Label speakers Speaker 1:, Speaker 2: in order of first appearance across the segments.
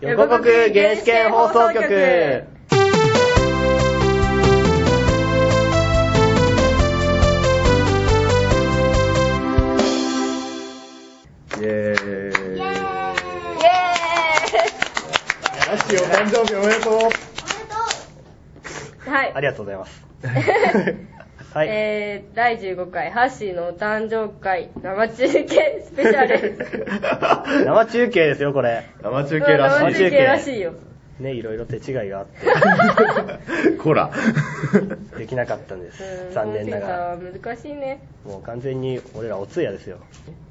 Speaker 1: 横国原始圏放送局
Speaker 2: イエ
Speaker 1: イエーイラ
Speaker 3: イエーイ
Speaker 1: ッシーお誕生日おめでとう
Speaker 2: ーイはい。
Speaker 1: ありがとうございますはい、
Speaker 2: えー、第15回、ハッシーのお誕生会生中継スペシャル。
Speaker 1: 生中継ですよこれ
Speaker 4: 生中継ら
Speaker 2: 生
Speaker 4: し
Speaker 2: 中継らしいよ。
Speaker 1: ねいろいろ手違いがあって
Speaker 4: い。こら。
Speaker 1: できなかったんで
Speaker 2: うん
Speaker 1: す残念ながら
Speaker 2: コンピューターは難しいね。
Speaker 1: もう完全に俺らお通夜ですよ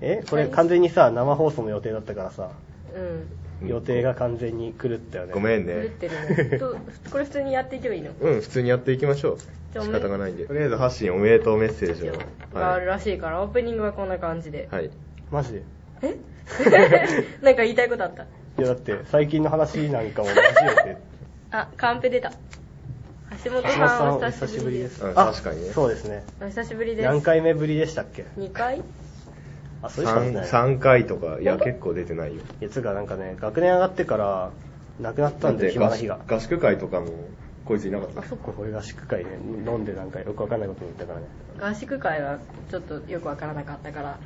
Speaker 1: えこれ完全にさ生放送の予定だったからさ
Speaker 2: うん。
Speaker 4: うん
Speaker 1: 予定が完全に狂ったよね
Speaker 4: ごめん
Speaker 2: 狂っ
Speaker 4: ね。
Speaker 2: てるね。とこれ普通にやっていけばいいの
Speaker 4: うん、普通にやっていきましょう。
Speaker 2: じゃあ
Speaker 4: 仕方がないんで。とりあえず、発信おめでとうメッセージを。
Speaker 2: がある
Speaker 4: は
Speaker 2: らしいから、オープニングはこんな感じ で
Speaker 4: い。。はい。
Speaker 1: マジで
Speaker 2: えなんか言いたいことあった。
Speaker 1: いやだって最近の話なんかも交えて
Speaker 2: あ、カンペ出た。橋本
Speaker 1: 橋
Speaker 2: さ
Speaker 1: 本さ
Speaker 2: ん
Speaker 1: ん
Speaker 2: お
Speaker 1: お
Speaker 2: 久
Speaker 1: 久
Speaker 2: し
Speaker 1: し
Speaker 2: ぶ
Speaker 1: ぶ
Speaker 2: り
Speaker 1: り
Speaker 2: で。
Speaker 1: ですす
Speaker 4: うん確かにね
Speaker 1: あそうですね
Speaker 2: お久しぶりです。
Speaker 1: 何回目ぶりでしたっけ
Speaker 2: ?2 回
Speaker 1: あそういうこと
Speaker 4: 3、
Speaker 1: ない
Speaker 4: 三回とか、いや、結構出てないよ。
Speaker 1: いやつうかなんかね学年上がってから亡くなったんで暇
Speaker 4: 合
Speaker 1: な日が
Speaker 4: 宿合宿会とかも、こいついなかった。
Speaker 1: これ合宿会で飲んでなんかよくわかんないこと言ったからね
Speaker 2: 合宿会はちょっとよくわからなかったから。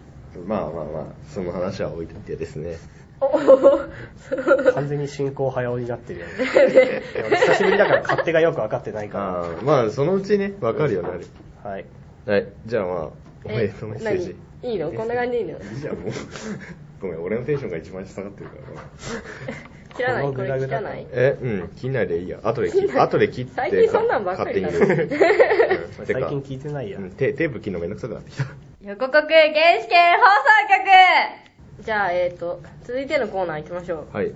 Speaker 4: まあまあまあ、その話は置いといてですね。
Speaker 2: おお
Speaker 1: 完全に進行早追いになってる よねでも久しぶりだから勝手がよく分かってないか
Speaker 4: あーまあ、そのうちね、わかるようになる。
Speaker 1: らはい
Speaker 4: はい。じゃあまあ、おめでとうメッセージ。
Speaker 2: 何いいのこんな感じでいいの
Speaker 4: いいじゃん、もう。 ごめん、俺のテンションが一番下がってるからな。
Speaker 2: 切らない
Speaker 1: この
Speaker 2: こ
Speaker 1: グ
Speaker 2: れ
Speaker 1: ラグ
Speaker 2: 切
Speaker 1: ラ
Speaker 2: ら
Speaker 1: 感
Speaker 2: ない
Speaker 4: え、うん、切んないでいいや。後で切っ後で切って。
Speaker 2: 最近そんなんばっかりだ
Speaker 4: 勝手に入れるうんてか
Speaker 1: 最近聞いてないや、
Speaker 4: うんテテープ切るのめんどくさくなってきた。
Speaker 2: 横国原始圏放送局じゃあ、えっ、ー、と、続いてのコーナー行きましょう。
Speaker 4: はい。イ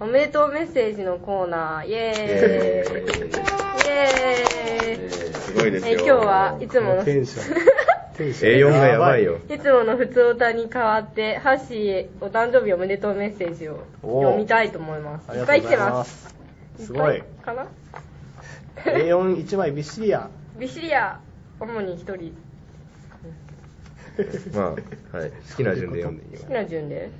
Speaker 2: おめでとうメッセージのコーナー、イエーイ
Speaker 4: エ
Speaker 2: イエ
Speaker 4: ーイえ
Speaker 2: ーイ
Speaker 4: ーすごいですよ。
Speaker 2: えー今日はい つもの、
Speaker 1: テ
Speaker 2: い
Speaker 1: ンションテンショ
Speaker 4: A4
Speaker 1: ン
Speaker 4: がやばいよ。
Speaker 2: つもの普通歌に代わって、ハッシーへお誕生日おめでとうメッセージを読みたいと思います。
Speaker 1: あ
Speaker 2: い
Speaker 1: り
Speaker 2: っ
Speaker 1: が
Speaker 2: ぱ
Speaker 1: と
Speaker 2: いう来
Speaker 1: ござ
Speaker 2: て
Speaker 1: いま
Speaker 2: ますす。
Speaker 1: すごい
Speaker 2: っぱかな
Speaker 1: A41 枚びっし りや
Speaker 2: ビシリア、主に一人、
Speaker 4: まあ、はい。好きな順で読んでいき
Speaker 2: 好
Speaker 4: ま
Speaker 2: きな順で。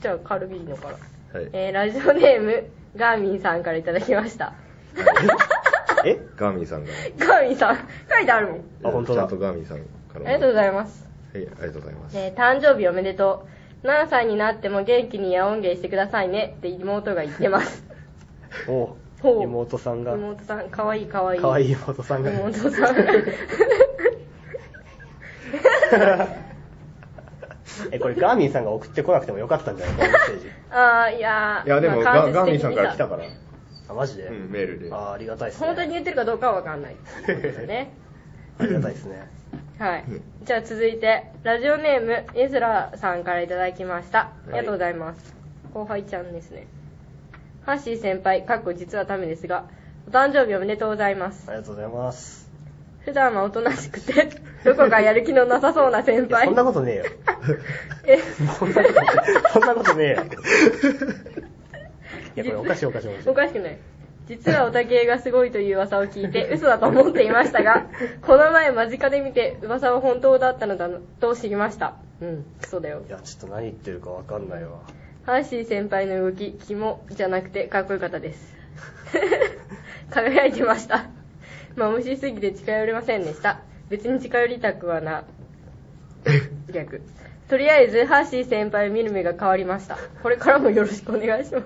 Speaker 2: じゃあ、カルビーノから。
Speaker 4: す。はい。
Speaker 2: えー、ラジオネーム、ガーミンさんからいただきました。
Speaker 1: え
Speaker 4: ガーミンさんが。
Speaker 2: ガーミンさん、書いてあるもん。
Speaker 1: あ本当だ
Speaker 4: ちゃんとガーミンさんか
Speaker 2: あ
Speaker 4: ら。
Speaker 2: りがとうご
Speaker 4: い
Speaker 2: ざいます。
Speaker 4: ます。はい、ありがとうございます。
Speaker 2: えー、誕生日おめでとう。何歳になっても元気にヤオンゲイしてくださいねって妹が言ってます。
Speaker 1: お
Speaker 2: ほう
Speaker 1: 妹さんが
Speaker 2: 妹さん、かわいいかわいい。
Speaker 1: 可愛い妹さんが
Speaker 2: 妹さん。
Speaker 1: えこれガーミンさんが送ってこなくてもよかったんじゃないこのメッセージ
Speaker 2: あー、いやー。
Speaker 4: いや、でも、
Speaker 2: まあ
Speaker 4: ガガーミンさんから来た。
Speaker 2: 間接的に
Speaker 4: から。
Speaker 1: あマジで、
Speaker 4: うん、メールで。
Speaker 1: あーありがたいですね
Speaker 2: 本当に言ってるかどうかはわかんない。ね。
Speaker 1: ありがたいですね
Speaker 2: はい
Speaker 4: うん。
Speaker 2: じゃあ続いて、ラジオネーム、エズラさんからいただきました。ありがとうございます。後輩ちゃんですね。ハッシー先輩、かっこ実はためですが、お誕生日おめでとうございます
Speaker 1: あ。りがとうございます
Speaker 2: 普段はおとなしくて、どこかやる気のなさそうない先
Speaker 1: や
Speaker 2: 輩。
Speaker 1: そんなことねえよ
Speaker 2: え、
Speaker 1: そんなことねえ そんなことねえよいやこれおかしいおかしいおかしい
Speaker 2: おかしくない。実はおたけがすごいという噂を聞いて嘘だと思っていましたが、この前間近で見て噂は本当だったのだなと知りました。うん、クソだよ
Speaker 1: い。やちょっと何言ってるかわかんないわ
Speaker 2: ハーシー先輩の動き、肝じゃなくてかっこよかったです。 輝いてました。まあ、無視しすぎて近寄れませんでした。別に近寄りたくはな、逆。とりあえず、ハーシー先輩を見る目が変わりました。これからもよろしくお願いしま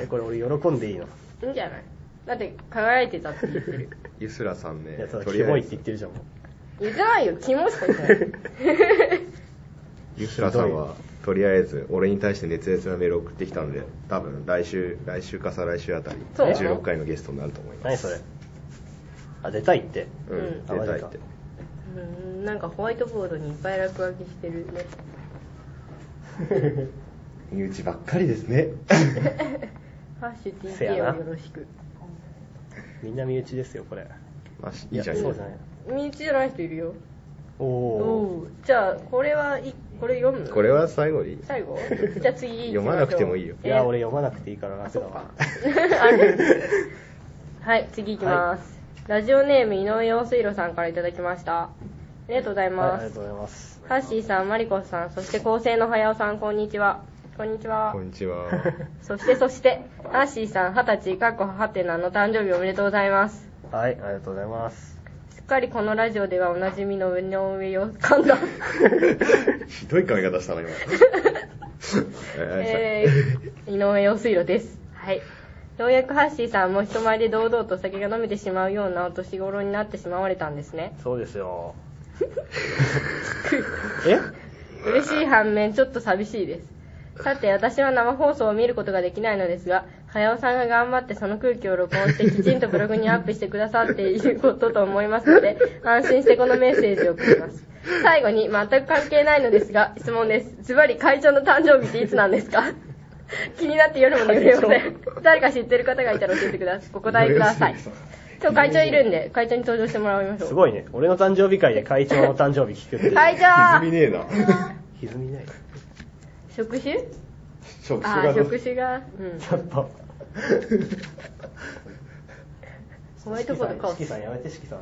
Speaker 1: えこれ俺喜んでいい の
Speaker 2: す。いいんじゃないだって、輝いてたって言ってる。
Speaker 4: ゆすらさん
Speaker 1: い
Speaker 4: ね
Speaker 1: やた、だ
Speaker 4: と
Speaker 1: キ
Speaker 4: り
Speaker 1: モ
Speaker 4: あ
Speaker 1: い
Speaker 4: え
Speaker 1: って
Speaker 4: ず
Speaker 1: 言っ、てるじゃんもう
Speaker 2: 言ってないよ、肝しか言ってない。
Speaker 4: ゆすらさんは、とりあえず、俺に対して熱烈なメールを送ってきたので、多分、来週、来週か再来週あたり、
Speaker 2: そうなの
Speaker 4: 16回のゲストになると思います。
Speaker 1: 何それあ出たいって
Speaker 4: う
Speaker 2: うん
Speaker 4: ん、
Speaker 1: あマ
Speaker 4: 出
Speaker 1: ジ
Speaker 4: た
Speaker 1: か
Speaker 4: いって。
Speaker 2: うーん、なんかホワイトボードにいっぱい落書きしてるね。
Speaker 4: 身内ばっかりですね。
Speaker 2: ハッシュ TK
Speaker 1: せや
Speaker 2: を
Speaker 1: な
Speaker 2: よろしく。
Speaker 1: みんな身内ですよこれ
Speaker 4: まあ、いいじゃん、
Speaker 1: や
Speaker 4: いい
Speaker 1: そう
Speaker 4: じ
Speaker 1: じ
Speaker 4: ゃ
Speaker 1: ゃなんい
Speaker 2: 身内じゃない人いるよ。
Speaker 1: お
Speaker 2: お
Speaker 1: お
Speaker 2: おーじゃあこれはいこれ読む
Speaker 4: これは最後でいい。
Speaker 2: 最後 じゃあ次
Speaker 4: 読まなくてもいいよ
Speaker 1: いや俺読まなくていいから楽だわ
Speaker 2: はい次行きます、ラジオネーム井上陽水路さんからいただきましたありがとうござい
Speaker 1: はいあ
Speaker 2: ま
Speaker 1: りが
Speaker 2: す、
Speaker 1: とうございます
Speaker 2: ハッシーさんマリコさんそして構成の早尾さんこんにちはこんにちは
Speaker 4: こんにち は。
Speaker 2: そしてそしてアッシーさん二十歳かっこはてなの誕生日おめでとうございます
Speaker 1: はい、ありがとうございます。
Speaker 2: すっかりこのラジオではおなじみの井上よかんだ
Speaker 4: ひどい髪型したな、今。
Speaker 2: え ー、井上陽水路です。はい。ようやくハッシーさんも人前で堂々とお酒が飲めてしまうようなお年頃になってしまわれたんですね。
Speaker 1: そうですよ。 え
Speaker 2: 嬉しい反面、ちょっと寂しいです。さて、私は生放送を見ることができないのですが、早尾さんが頑張ってその空気を録音してきちんとブログにアップしてくださっていることと思いますので、安心してこのメッセージを送ります。最後に、全く関係ないのですが、質問です。ズバリ会長の誕生日っていつなんですか気になって夜も眠れません。誰か知ってる方がいたら教えてください。お答えください。今日会長いるんで、会長に登場してもらいましょう。
Speaker 1: すごいね。俺の誕生日会で会長の誕生日聞くっていう。
Speaker 2: 会長
Speaker 4: 歪みねえな。
Speaker 1: 歪みない。
Speaker 2: 職種
Speaker 4: 職
Speaker 2: あ
Speaker 4: 種が
Speaker 2: ー、
Speaker 4: どう
Speaker 2: 職種が。うん。
Speaker 1: ちょっと。
Speaker 2: ホワイトボード顔
Speaker 1: しきさんやめて、しきさん。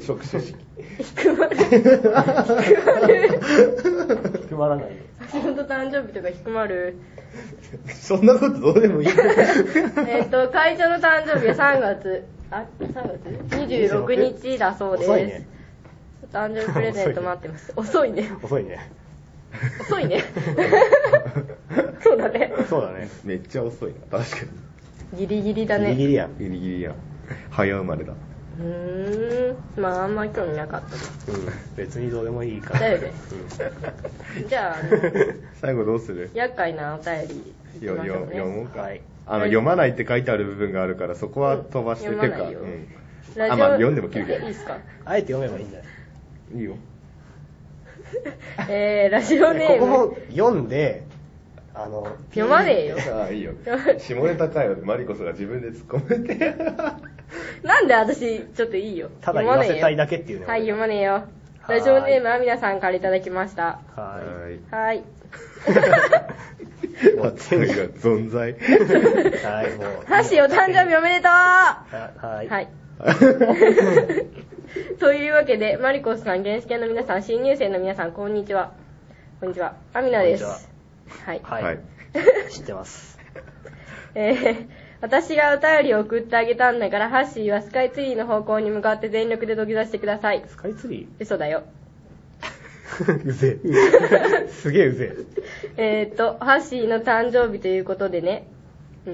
Speaker 4: 職種式。
Speaker 1: 決まらないよ。
Speaker 2: 橋本誕生日とか低ま る。
Speaker 4: そんなことどうでもいい。
Speaker 2: えっと、会長の誕生日は3月、あ、3月 ?26 日だそうです。
Speaker 1: 遅いね。
Speaker 2: 誕生日プレゼント待ってます。遅いね。
Speaker 1: 遅いね。
Speaker 2: 遅 いね。そうだね。
Speaker 1: そうだね。
Speaker 4: めっちゃ遅いな、確か
Speaker 2: ギリギリだ
Speaker 1: ギリギ
Speaker 2: ね。
Speaker 1: リやん。
Speaker 4: に。ギリギリや。早生まれだ。
Speaker 2: うーん。まあ、あんま興味なかったです。
Speaker 1: 別にどうでもいいから。
Speaker 2: だよね。じゃああの、
Speaker 4: 最後どうする
Speaker 2: 厄介なお便りいき
Speaker 4: よ
Speaker 2: ましょ
Speaker 4: よ
Speaker 2: う
Speaker 4: 読もう
Speaker 2: ね。
Speaker 4: か、
Speaker 1: はい
Speaker 4: あの読まないって書いてある部分があるからそこは飛ばして、
Speaker 2: うん
Speaker 4: ていうか、
Speaker 2: 読ま
Speaker 4: う
Speaker 2: ないよ
Speaker 4: ん、あまあ読んでも切るけど
Speaker 2: いいですか
Speaker 1: あえて読めばいいんだよ。
Speaker 4: いいよ
Speaker 2: えー、ラジオネー
Speaker 1: ここ
Speaker 2: ム。
Speaker 1: も読んで、あの、
Speaker 2: 読まねえよ。
Speaker 4: ああいいよ下ネタかよマリコスが自分で突っ込めて
Speaker 2: なんで私、ちょっといいよ。
Speaker 1: ただ言わせたいだけっていうね。
Speaker 2: はい、読ま
Speaker 1: ね
Speaker 2: ねえよ。
Speaker 1: はーい
Speaker 2: ラジオネーム、アミナさんからいただきました。
Speaker 1: え。は
Speaker 4: はい
Speaker 2: はーい。
Speaker 4: あっちが存在
Speaker 1: い。はい、もう。
Speaker 2: ハッシーお誕生日おめでとうは
Speaker 1: ははい。
Speaker 2: い。というわけで、マリコスさん、原始系の皆さん、新入生の皆さん、こんにちは。こんにちは。アミナです。
Speaker 1: こんに
Speaker 2: はい。
Speaker 1: はい。
Speaker 4: はい
Speaker 1: 知ってます。
Speaker 2: えー、私がお便りを送ってあげたんだから、ハッシーはスカイツリーの方向に向かって全力で土下座してください。
Speaker 1: スカイツリ
Speaker 2: 嘘だよ。
Speaker 1: ーうぜえ。 すげえうぜ
Speaker 2: えーっと、ハッシーの誕生日ということでね、う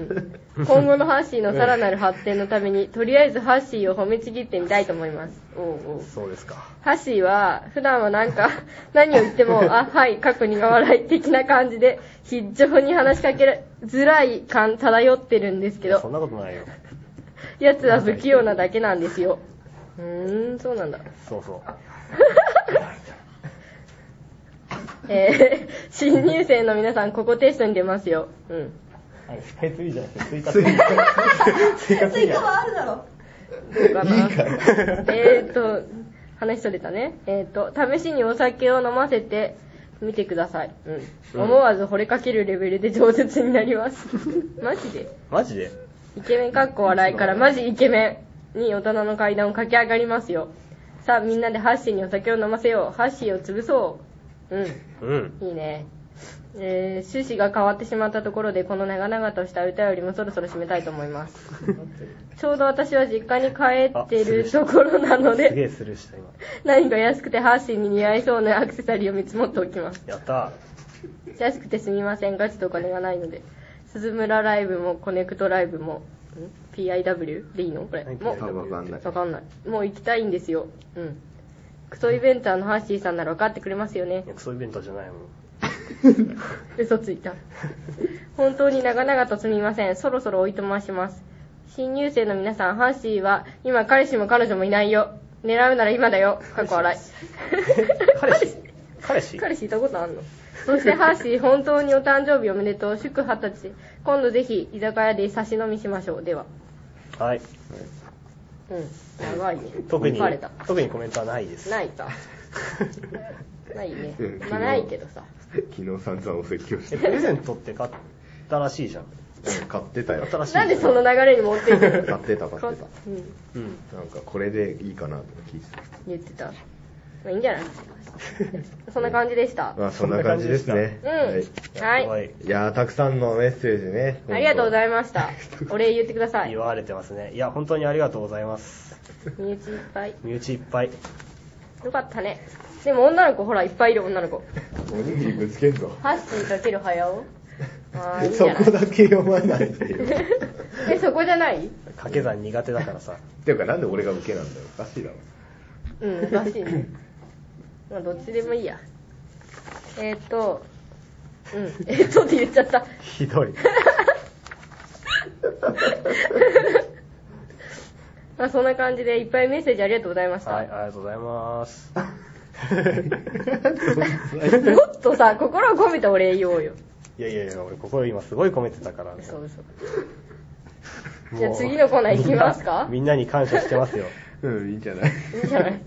Speaker 2: ん、今後のハッシーのさらなる発展のため に、とりあえずハッシーを褒めちぎってみたいと思います。おうおう
Speaker 1: え。そうですか。
Speaker 2: ハッシーは、普段はなんか、 何を言っても、 あ、はい、過去にが笑い的な感じで、非常に話しかけづらい感漂ってるんですけ
Speaker 1: そん
Speaker 2: ど、
Speaker 1: なことないよ。
Speaker 2: やつは不器用なだけなんですよ。うーん、そうなんだ。
Speaker 1: そうそう。
Speaker 2: えー、新入生の皆さん、ここテストに出ますよ。うん。
Speaker 1: はい、スカイツリーじゃなくて、スイカツリー。スイカツリーじゃない。
Speaker 2: どうかな。えーっと、話それたね。えーっと、試しにお酒を飲ませてみてください。うん。思わず惚れかけるレベルで饒舌になります。マジで
Speaker 1: マジで
Speaker 2: イケメンかっこ笑いからマジイケメンに大人の階段を駆け上がりますよ。さあみんなでハッシーにお酒を飲ませよう。ハッシーを潰そう。うん。
Speaker 1: うん。
Speaker 2: いいね。えー、趣旨が変わってしまったところで、この長々とした歌よりもそろそろ締めたいと思います。 ちょうど私は実家に帰ってるところな の
Speaker 1: すげ
Speaker 2: で、
Speaker 1: えスルーした、今。
Speaker 2: 何か安くてハッシーに似合いそうなアクセサリーを見積もっておきます。
Speaker 1: やった
Speaker 2: 安くてすみませんが、ちょっとお金がないので。鈴村ライブもコネクトライブも、ん ?PIW でいいのこれ。
Speaker 1: 何
Speaker 2: も
Speaker 4: 多分わかんない
Speaker 2: わかんない。もう行きたいんですよ。うん。クソイベンターのハッシーさんなら分かってくれますよね
Speaker 1: ー。。クソイベントじゃないもん。
Speaker 2: 嘘ついた。 本当に長々とすみません。そろそろおいとまします。新入生の皆さん、ハッシーは、今彼氏も彼女もいないよ。狙うなら今だよ。過去笑い。
Speaker 1: 彼氏彼氏
Speaker 2: 彼氏いたことあんのそしてハッシー、本当にお誕生日おめでとう。祝二十歳。今度ぜひ、居酒屋で差し飲みしましょう。では。
Speaker 1: はい。
Speaker 2: うん。長いね。
Speaker 1: 特に
Speaker 2: バレた。、
Speaker 1: 特にコメントはない です。
Speaker 2: ないか。 ないね
Speaker 4: うん。
Speaker 2: まあないけどさ。
Speaker 4: 昨日散々お説教し
Speaker 1: え、
Speaker 4: て
Speaker 1: プレゼントって買ったらしいじゃん。
Speaker 4: うん買ってたよ
Speaker 1: 新しい。
Speaker 2: なんでその流れに持っていく
Speaker 4: 買
Speaker 2: の
Speaker 4: ってた買って
Speaker 2: うん。
Speaker 1: うん。
Speaker 4: たなんかこれでいいかなとか聞いて
Speaker 2: 言ってた。まあいいんじ ゃないそんな感じでした。
Speaker 4: まあそんな感じですね。
Speaker 2: うん
Speaker 4: はい。
Speaker 2: はい
Speaker 4: いやー、たくさんのメッセージね。
Speaker 2: ありがとうござい
Speaker 4: ま
Speaker 2: ました。お礼言ってください
Speaker 1: 言。われてますね。いや、本当にありがとうございます。
Speaker 2: 身内いっぱい。
Speaker 1: 身内いっぱい。
Speaker 2: よかったね。でも女の子ほら、いっぱいいる女の子。
Speaker 4: す。おにぎりぶつけんぞ。
Speaker 2: ハッシーかける早 尾。ああ、いいんじ
Speaker 4: そ
Speaker 2: ゃない
Speaker 4: こだけ読ま ないっていう。
Speaker 2: え、そこじゃない
Speaker 1: 掛け算苦手だからさ。
Speaker 4: っていうか、なんで俺が受けなんだよ。おかしいだろ。
Speaker 2: うん、おかしいね。まあ、どっちでもいいや。えー、っと、うん、 えー、っとって言っちゃった。
Speaker 1: ひどい。
Speaker 2: まあ、そんな感じでいっぱいメッセージありがとうございました。
Speaker 1: はい、ありがとうございます。
Speaker 2: もっとさ、心を込めてお礼言おうよ。
Speaker 1: いやいやいや、俺心今すごい込めてたからね。
Speaker 2: 嘘嘘。
Speaker 1: もう
Speaker 2: じゃあ次のコーナー行きますか
Speaker 1: みんなみんなに感謝してますよ。
Speaker 4: うん、いいんじゃない
Speaker 2: いいんじゃない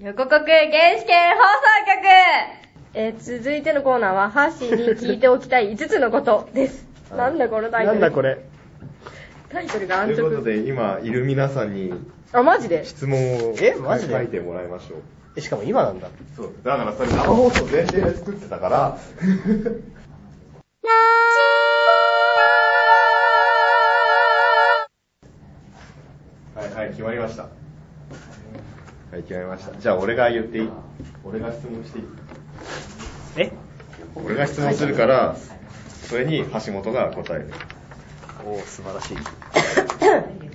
Speaker 2: 横国原始圏放送局えー続いてのコーナーは、ハッシーに聞いておきたい5つのこと です。なんだこのタイト
Speaker 1: な
Speaker 2: ル。
Speaker 1: んだこれ。
Speaker 2: タイトルが
Speaker 4: と
Speaker 2: 安
Speaker 4: いうこと
Speaker 2: 直。
Speaker 4: で、今いる皆さんに
Speaker 2: あ、マジで
Speaker 4: 質問を
Speaker 1: えマジで
Speaker 4: 書いてもらいましょう。
Speaker 1: えしかも今なんだ。
Speaker 4: そう、だからそれ生放送前提で作ってた から、はいはい、決まりました。はい、決まりました。じゃあ俺が言っていい俺が質問していい
Speaker 1: え
Speaker 4: 俺が質問するから、それに橋本が答える。
Speaker 1: おー、素晴らしい。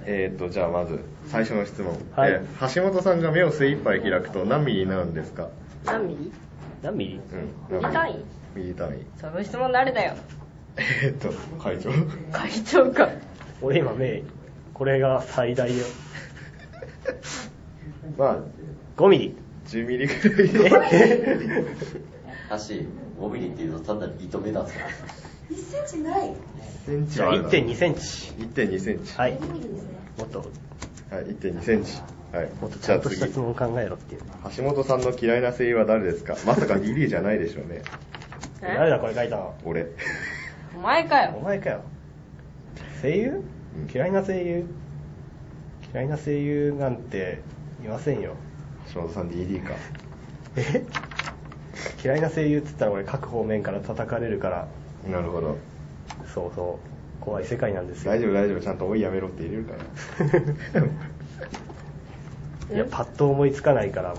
Speaker 4: えーっと、じゃあまず、最初の質問。
Speaker 1: はい
Speaker 4: えー橋本さんが目を精一杯開くと何ミリになるんですか
Speaker 2: 何ミリ
Speaker 1: 何ミリ
Speaker 4: うん。
Speaker 2: ミリ単位
Speaker 4: ミリ単位。
Speaker 2: その質問誰だよ。
Speaker 4: えーっと、会 長。
Speaker 2: 会長か。
Speaker 1: 俺今目、これが最大よ。
Speaker 4: まあ、
Speaker 1: 5ミリ。
Speaker 4: 10ミリぐらいで。
Speaker 3: 足5ミリっていうと単なる糸目なんですよ
Speaker 5: 1センチない。
Speaker 4: セン
Speaker 1: じゃあ1.2センチ。
Speaker 4: 1.2センチ。
Speaker 1: はい。
Speaker 5: 無理ですね。
Speaker 1: もっと、
Speaker 4: はい、1.2センチ。はい
Speaker 1: もっと。ち
Speaker 4: じゃ
Speaker 1: ゃ
Speaker 4: あ
Speaker 1: んと
Speaker 4: 次
Speaker 1: した、質問考えろっていう。
Speaker 4: 橋本さんの嫌いな声優は誰ですかまさかリリーじゃないでしょうね。
Speaker 2: え
Speaker 1: 誰だこれ書いたの。
Speaker 4: 俺。
Speaker 2: お前か
Speaker 1: お
Speaker 2: よ。
Speaker 1: 前かよ。声優
Speaker 4: うん
Speaker 1: 嫌いな声優嫌いな声優なんていませんよ。
Speaker 4: 橋本さん DD か。
Speaker 1: え嫌いな声優って言ったら俺各方面から叩かれるから、
Speaker 4: なるほど。
Speaker 1: そうそう、怖い世界なんですよ。
Speaker 4: 大丈夫大丈夫、ちゃんと追いやめろって入れるから。
Speaker 1: いや、パッと思いつかないから、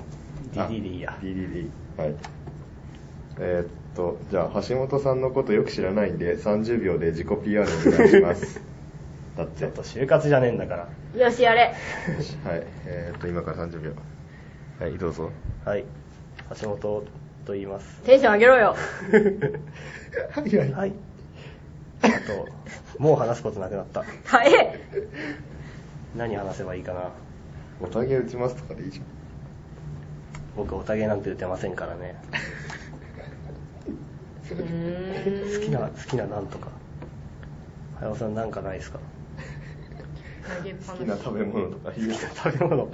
Speaker 4: あ
Speaker 1: DD でいいや。
Speaker 4: DDD。はい。えーっと、じゃあ、橋本さんのことよく知らないんで、30秒で自己 PR お願いし ます。だっ
Speaker 1: ち
Speaker 4: て。
Speaker 1: ょっと就活じゃねえんだから。
Speaker 2: よし、やれ。
Speaker 4: はい。えーっと、今から30秒。はい、どうぞ。
Speaker 1: はい。橋本と言 います。
Speaker 2: テンション上げろよ。
Speaker 4: はいはい。
Speaker 1: はい。あと、もう話すことなくなった。
Speaker 2: はい。
Speaker 1: 何話せばいいかな。
Speaker 4: おたげ打ちますとかでいいじゃん。
Speaker 1: 僕、オタゲなんて打てませんからね。
Speaker 2: うーん。
Speaker 1: 好きな、好きななんとか。はやおさんなんかないですか
Speaker 2: 投げっぱ
Speaker 4: 好
Speaker 2: な
Speaker 4: きな
Speaker 2: し
Speaker 4: 食べ物とか言う好
Speaker 1: 食べ物。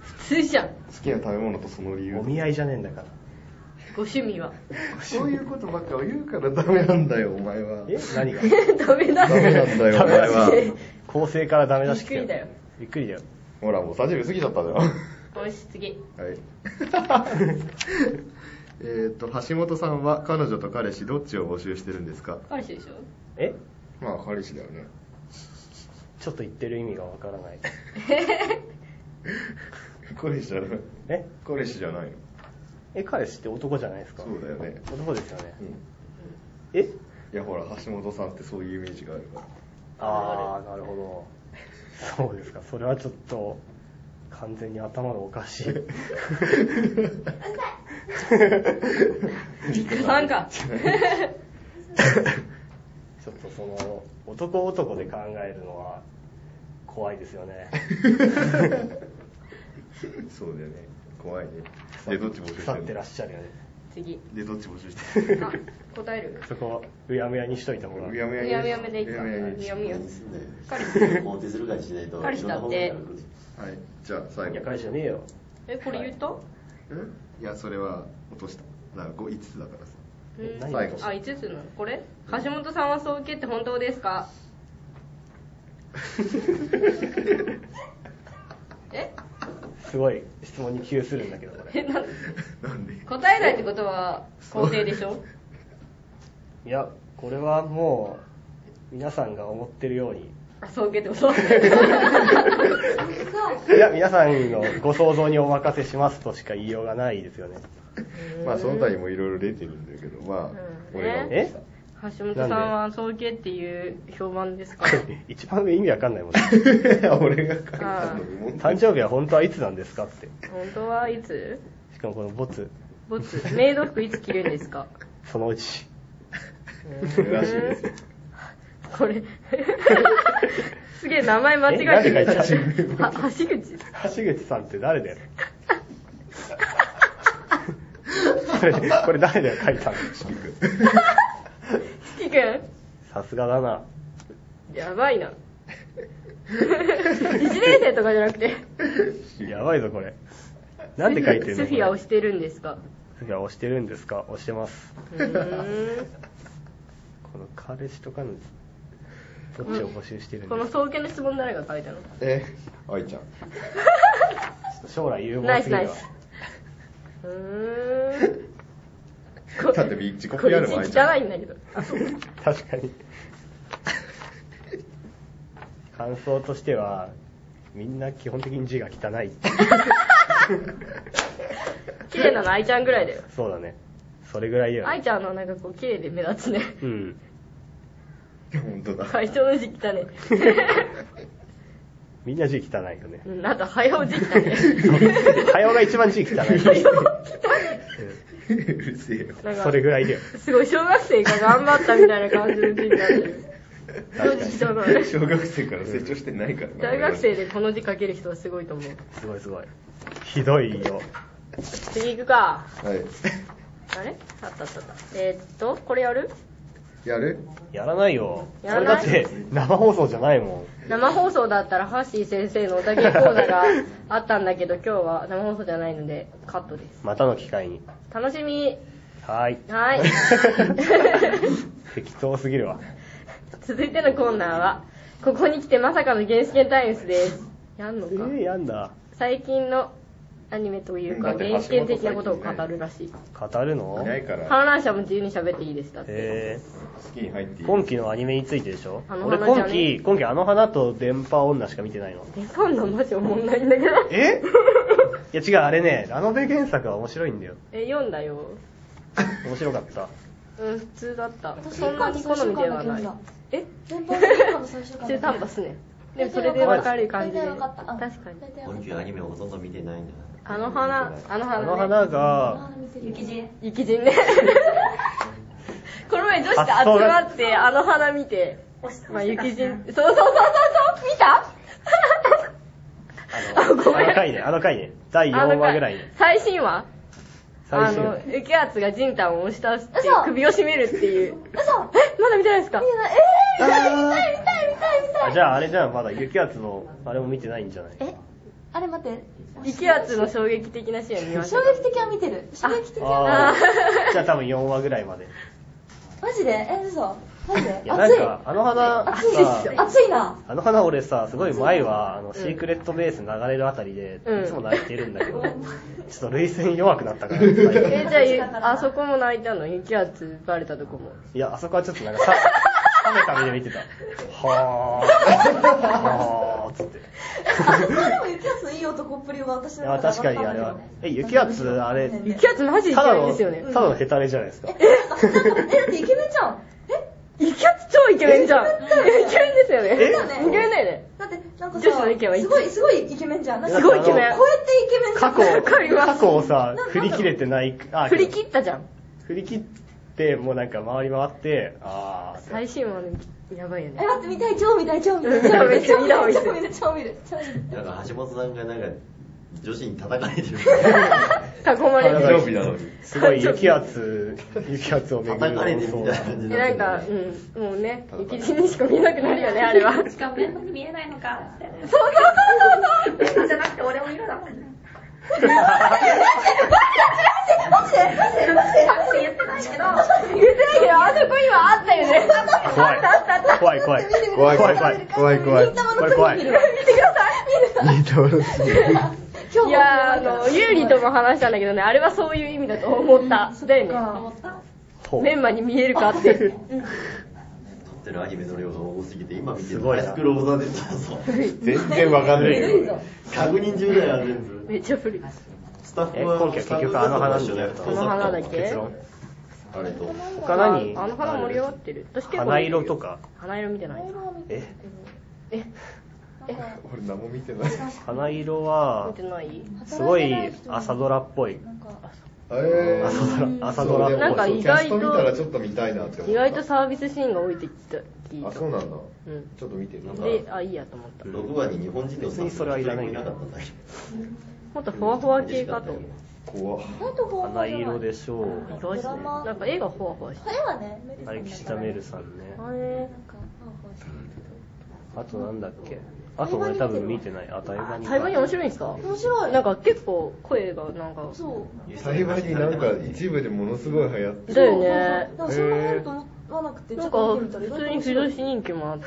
Speaker 2: 普通じゃん。
Speaker 4: きな食べ物とその理由
Speaker 1: お見合いじゃねえんだから。
Speaker 2: ご趣味は。
Speaker 4: そういうことばっか言うからダメなんだよお前は
Speaker 1: え何が
Speaker 2: ダメだ。
Speaker 4: ダメなんだよお前
Speaker 2: マジで
Speaker 4: は
Speaker 1: 構成からダメ出し
Speaker 2: びっくりだよ。
Speaker 1: びっくりだよ。
Speaker 4: ほらもう30秒過ぎちゃったじゃんは
Speaker 2: よし、次。
Speaker 4: い えーっと橋本さんは彼女と彼氏どっちを募集してるんですか
Speaker 2: 彼氏でしょ
Speaker 1: え
Speaker 4: まあ彼氏だよね
Speaker 1: ちょっと言ってる意味がわからない。
Speaker 4: 彼氏じゃない
Speaker 1: え
Speaker 4: 彼氏じゃないの
Speaker 1: え、彼氏って男じゃないですか
Speaker 4: そうだよね
Speaker 1: 男ですよね。
Speaker 4: うん
Speaker 1: え
Speaker 4: いやほら橋本さんってそういうイメージがあるから
Speaker 1: あー、なるほど。そうですか。それはちょっと、完全に頭がおか しい。
Speaker 2: ビッグファンか。
Speaker 1: ちょっとその、男男で考えるのは、怖いですよね。
Speaker 4: そうだよね怖いねでどっち募集して
Speaker 1: 腐っ
Speaker 4: る
Speaker 1: てら
Speaker 4: の
Speaker 1: っしゃるよね。
Speaker 2: 次。
Speaker 4: でどっち募集してる の
Speaker 2: あ、答える
Speaker 1: そこ、うやむやにしといた方が。
Speaker 4: うやむや
Speaker 2: う
Speaker 4: に
Speaker 2: やむやめでいっ
Speaker 4: う
Speaker 2: た。
Speaker 4: やむやに
Speaker 2: うやむや。彼氏。
Speaker 3: 肯定するかにしないと
Speaker 2: 彼氏だって
Speaker 3: いろんな方面から来る
Speaker 4: はいじゃあ最
Speaker 1: い
Speaker 4: 後
Speaker 1: や、彼氏じゃねえよ。
Speaker 2: え、これ言った
Speaker 4: いやそれは落としただから5つだから さ
Speaker 2: うん
Speaker 1: 何
Speaker 4: 最後
Speaker 2: あ、5つなのこれ橋本さんはそう受けって本当ですかえ
Speaker 1: すごい質問に窮するんだけどこれ
Speaker 2: えなん
Speaker 4: なんで
Speaker 2: 答えないってことは肯定でしょ
Speaker 1: いやこれはもう皆さんが思ってるように
Speaker 2: あそう受けてもそう
Speaker 1: いや皆さんのご想像にお任せしますとしか言いようがないですよね
Speaker 4: まあその他にもいろいろ出てるんだけどまあ、
Speaker 2: うん
Speaker 4: 俺が思っ
Speaker 1: え
Speaker 4: てた
Speaker 2: 橋本さんはそう受けっていう評判ですか
Speaker 1: 一番上意味わかんないも んね
Speaker 4: 俺が書いたのに問題
Speaker 1: 誕生日は本当はいつなんですかって
Speaker 2: 本当はいつ
Speaker 1: しかもこのボツ
Speaker 2: ボツメイド服いつ着るんですか
Speaker 1: そのうち
Speaker 4: らしいですよ
Speaker 2: これすげえ名前間違えて
Speaker 1: え
Speaker 2: る
Speaker 1: 誰が言
Speaker 2: は橋口
Speaker 1: 橋口さんって誰だよ これこれ誰だよ書いたの
Speaker 2: 月く
Speaker 1: さすがだなん
Speaker 2: やばいな一年生とかじゃなくて
Speaker 1: やばいぞこれなんで書いてるの
Speaker 2: スフィアをしてるんです か
Speaker 1: スフィア押してるんですか押してます
Speaker 2: うーん
Speaker 1: この彼氏とかのどっちを募集してるん
Speaker 2: こ
Speaker 1: で
Speaker 2: の
Speaker 1: すか
Speaker 2: 創建の質問誰が書いたの
Speaker 4: え愛ちゃん
Speaker 1: 将来有
Speaker 2: ナ
Speaker 1: 望
Speaker 2: イス
Speaker 1: すぎ
Speaker 2: ナ
Speaker 1: る
Speaker 2: イ
Speaker 1: わ
Speaker 2: スうーんこ
Speaker 4: だって自己 PR
Speaker 2: これ
Speaker 4: も
Speaker 2: 字
Speaker 4: 愛ちゃん
Speaker 2: 汚いんだけどあそう
Speaker 1: 確かに感想としてはみんな基本的に字が汚いって
Speaker 2: 綺麗なの愛ちゃんぐらいだ よ
Speaker 1: そうだねそれぐらいだよね
Speaker 2: 愛ちゃんのなんかこう綺麗で目立つね
Speaker 1: うん
Speaker 4: 本当だ
Speaker 2: 会長の字汚 ね
Speaker 1: みんな字汚いよ ね
Speaker 2: うんあと早尾字汚ね
Speaker 1: 会話が一番字汚い
Speaker 4: うるせえよ
Speaker 2: なんか
Speaker 1: それぐらいだよ
Speaker 2: すごい小学生が頑張ったみたいな感じの字になってる正直汚い
Speaker 4: 小学生から成長してないからな
Speaker 2: 大学生でこの字書ける人はすごいと思う
Speaker 1: すごいすごいひどいよ
Speaker 2: 次行くか
Speaker 4: はい
Speaker 2: あれあったあったあったえー、っとこれやる
Speaker 4: やる
Speaker 1: やらないよ
Speaker 2: やらない
Speaker 1: それだって生放送じゃないも
Speaker 2: 生放送だったらハッシー先生のおたけコーナー があったんだけど今日は生放送じゃないのでカットです
Speaker 1: んまたの機会に
Speaker 2: 楽しみ
Speaker 1: はーい
Speaker 2: はい
Speaker 1: 適当すぎるわ
Speaker 2: 続いてのコーナーはここに来てまさかの原始圏タイムスですやん
Speaker 1: え
Speaker 2: のか、
Speaker 1: ー、やんだ
Speaker 2: 最近のアニメというか
Speaker 4: だって
Speaker 2: 原始圏的なことを語るらしい
Speaker 1: 語るの
Speaker 4: いないから
Speaker 2: 観覧車も自由に喋っていいですだって
Speaker 1: え
Speaker 4: 好きに入ってい
Speaker 1: ー、
Speaker 4: い
Speaker 1: 今期のアニメについてでしょ
Speaker 2: あの
Speaker 1: 俺
Speaker 2: 花じゃ
Speaker 1: 今
Speaker 2: ね
Speaker 1: 期今期あの花と電波女しか見てないの
Speaker 2: えそんなんマジおもんないんだけど
Speaker 1: えいや違うあれねラノベ原作は面白いんだよ
Speaker 2: え読んだよ
Speaker 1: 面白か った
Speaker 2: うん普通だった
Speaker 5: 私
Speaker 2: そんなに好みではない
Speaker 5: 一巻の
Speaker 2: え
Speaker 5: 全般的には最終回
Speaker 2: 中途半端っすねでもそれでわかる感じで
Speaker 5: 大体分かった
Speaker 2: 確かに
Speaker 3: 本級アニメほとんど見てないんだ
Speaker 2: あの花あの
Speaker 1: あ
Speaker 2: 花、ね、
Speaker 1: の花が
Speaker 5: 雪人
Speaker 2: 生き人ねこの前女子と集まってあの花見てまあ雪人そうそうそうそうそう見た
Speaker 1: あ
Speaker 2: あごめん
Speaker 1: の回ねあの回ね
Speaker 2: あ
Speaker 1: 第4
Speaker 2: の
Speaker 1: 話
Speaker 2: 回
Speaker 1: ぐらいね
Speaker 2: 最新話あ
Speaker 1: 最新
Speaker 2: の、受け圧がジンタンを押し倒して
Speaker 5: 嘘
Speaker 2: 首を絞めるっていう。
Speaker 5: 嘘
Speaker 2: え、まだ見てないですか
Speaker 5: 見てないえー、見たい見たい見たい見たい見たい
Speaker 1: あじゃああれじゃんまだ雪圧のあれも見てないんじゃない
Speaker 5: えあれ待って
Speaker 2: 受け圧の衝撃的なシーン見まし
Speaker 5: 衝
Speaker 2: たか。
Speaker 5: 撃的は見てる衝撃的
Speaker 1: あ
Speaker 5: は
Speaker 1: ーじゃあ多分4話ぐらいまで
Speaker 5: マジでえ嘘マジで
Speaker 1: いやなん
Speaker 5: 熱い
Speaker 1: かあの花
Speaker 5: 熱いです
Speaker 1: さ
Speaker 5: 熱いな
Speaker 1: あの花俺さすごい前はあのシークレットベース流れるあたりで
Speaker 2: うん
Speaker 1: いつも泣いてるんだ けど、ちょっと涙腺弱くなったから最近
Speaker 2: え、じゃあゆ、あそこも泣いたの雪圧バレたとこも。
Speaker 1: いやあそこはちょっとなんかさ冷めた目で見てた はーはーっつって
Speaker 5: あそこでも雪圧いい男っぷりは私
Speaker 1: い
Speaker 5: の
Speaker 1: や確
Speaker 5: 中
Speaker 1: か
Speaker 5: で
Speaker 1: に
Speaker 5: 上が
Speaker 1: あ
Speaker 5: っ
Speaker 1: れ
Speaker 5: た
Speaker 1: は
Speaker 5: んだけどね
Speaker 1: え雪圧あれ
Speaker 5: うん
Speaker 2: 雪圧マジで
Speaker 1: ただ
Speaker 2: 嫌い
Speaker 1: の、
Speaker 2: ですよね。
Speaker 1: ただのヘタレじゃないですか
Speaker 5: えだってイケメンじゃんえ
Speaker 2: 雪圧超イケメンじゃん。イケメンですよね。イ
Speaker 1: え
Speaker 2: ケメンだよね。
Speaker 5: だってなんかさ
Speaker 2: 女子の意見はいい
Speaker 5: すごいすごいイケメンじゃんなんか
Speaker 2: すごいイケメン
Speaker 5: こうやってイケメンじ
Speaker 1: 過
Speaker 5: ゃん
Speaker 1: 去
Speaker 2: わかります
Speaker 1: 過去をさ
Speaker 5: な
Speaker 1: 振り切れてないあ
Speaker 2: 振り切ったじゃん。
Speaker 1: 振り切ってもうなんか回り回ってあー
Speaker 2: 最新話のやばいよ
Speaker 5: え
Speaker 2: ね。
Speaker 5: 待って見たい超見たい超見たい
Speaker 2: うんめっちゃ見た方がいい
Speaker 5: 超見る超見る超見る
Speaker 3: ななんか橋本さんがなんか女子に叩かれてる
Speaker 2: 囲まれて
Speaker 1: あ
Speaker 2: る。
Speaker 4: 誕生日なのに
Speaker 1: すごい雪圧雪圧を巡
Speaker 3: 叩かれて
Speaker 1: る
Speaker 3: る
Speaker 1: そう
Speaker 3: みたいな感じ
Speaker 2: え
Speaker 3: に
Speaker 2: なん
Speaker 3: な
Speaker 2: か
Speaker 3: って、る
Speaker 2: うん、もうね、雪人にしか見えなくなるよね、あ れは。
Speaker 6: しかも面倒に見えないのかって。そうそうそうそう。じゃなくて俺も色だもん。
Speaker 5: マジでマジでマジで
Speaker 6: 多分言ってないけど、
Speaker 2: 言ってないけど、あそこ今あったよね。
Speaker 1: 怖い怖い怖い
Speaker 4: 怖い
Speaker 1: 怖
Speaker 4: 怖
Speaker 1: い
Speaker 4: い
Speaker 1: 怖
Speaker 4: 怖い怖
Speaker 1: い
Speaker 4: い怖い
Speaker 5: 忍たまの国見るわ
Speaker 1: 見てください
Speaker 4: 似たものすぎる
Speaker 5: 今日
Speaker 2: いやーあのユーリとも話したんだけどねあれはそういう意味だと思ったでね
Speaker 6: 思った
Speaker 1: ほう
Speaker 2: メンマに見えるかって
Speaker 3: 撮ってるアニメの量が多すぎて、今見て
Speaker 1: す
Speaker 3: る
Speaker 1: ごいな
Speaker 3: ハイスクロールザーでそうそう。
Speaker 4: 全然わかんないけどね
Speaker 3: 確認中だよ、全部。
Speaker 2: めっちゃ古い
Speaker 3: スタッ
Speaker 1: え
Speaker 3: フは、
Speaker 1: 今期は結局あの話になると
Speaker 3: スタッフは
Speaker 2: あの花だけ
Speaker 1: 結論
Speaker 3: あれと。
Speaker 1: 他何
Speaker 2: ああの花盛り上がってる私結構見
Speaker 1: 花
Speaker 2: てるよ
Speaker 1: 色とか
Speaker 2: 花色見てない
Speaker 1: え
Speaker 2: え
Speaker 4: 俺何も見てない
Speaker 1: 花色
Speaker 2: 見
Speaker 1: は
Speaker 2: てない
Speaker 1: すごい朝ドラっぽい
Speaker 4: え
Speaker 1: 朝ドラ朝ドラっぽい
Speaker 2: なんか
Speaker 4: そう
Speaker 2: 意外と
Speaker 4: キャスト見たらちょっと見たいなって思った
Speaker 2: 意外とサービスシーンが多いって聞いた
Speaker 4: あそうなんだ
Speaker 2: うん
Speaker 4: ちょっと見てみよう
Speaker 2: であいいやと思った
Speaker 3: 6話に日本人の
Speaker 1: 別にそれはいらない
Speaker 3: なかったんだけど。
Speaker 2: もっとふわふわ系かと思う
Speaker 4: 怖っ
Speaker 1: 花色でしょ
Speaker 2: 意
Speaker 1: う
Speaker 2: 外ですね
Speaker 5: ドラマ
Speaker 2: なんか絵がふわふわして
Speaker 5: これはね、メルさんだから
Speaker 1: 歴史田メルさんね
Speaker 2: あれ
Speaker 5: なんか、ふわふわしてる
Speaker 1: あとなんだっけあと俺多分見てないあ台湾に
Speaker 2: 台湾に面白いんですか
Speaker 5: 面白い。
Speaker 2: なんか結構声がなんか
Speaker 5: そう。
Speaker 4: 台湾になんか一部でものすごい流行って
Speaker 2: だよね
Speaker 5: そうそうそうでもそんなもんと思わなくて、
Speaker 2: なん
Speaker 5: ちょ
Speaker 2: か
Speaker 5: っ
Speaker 2: 普
Speaker 5: と見てみたら
Speaker 2: 通に不女子人気もあって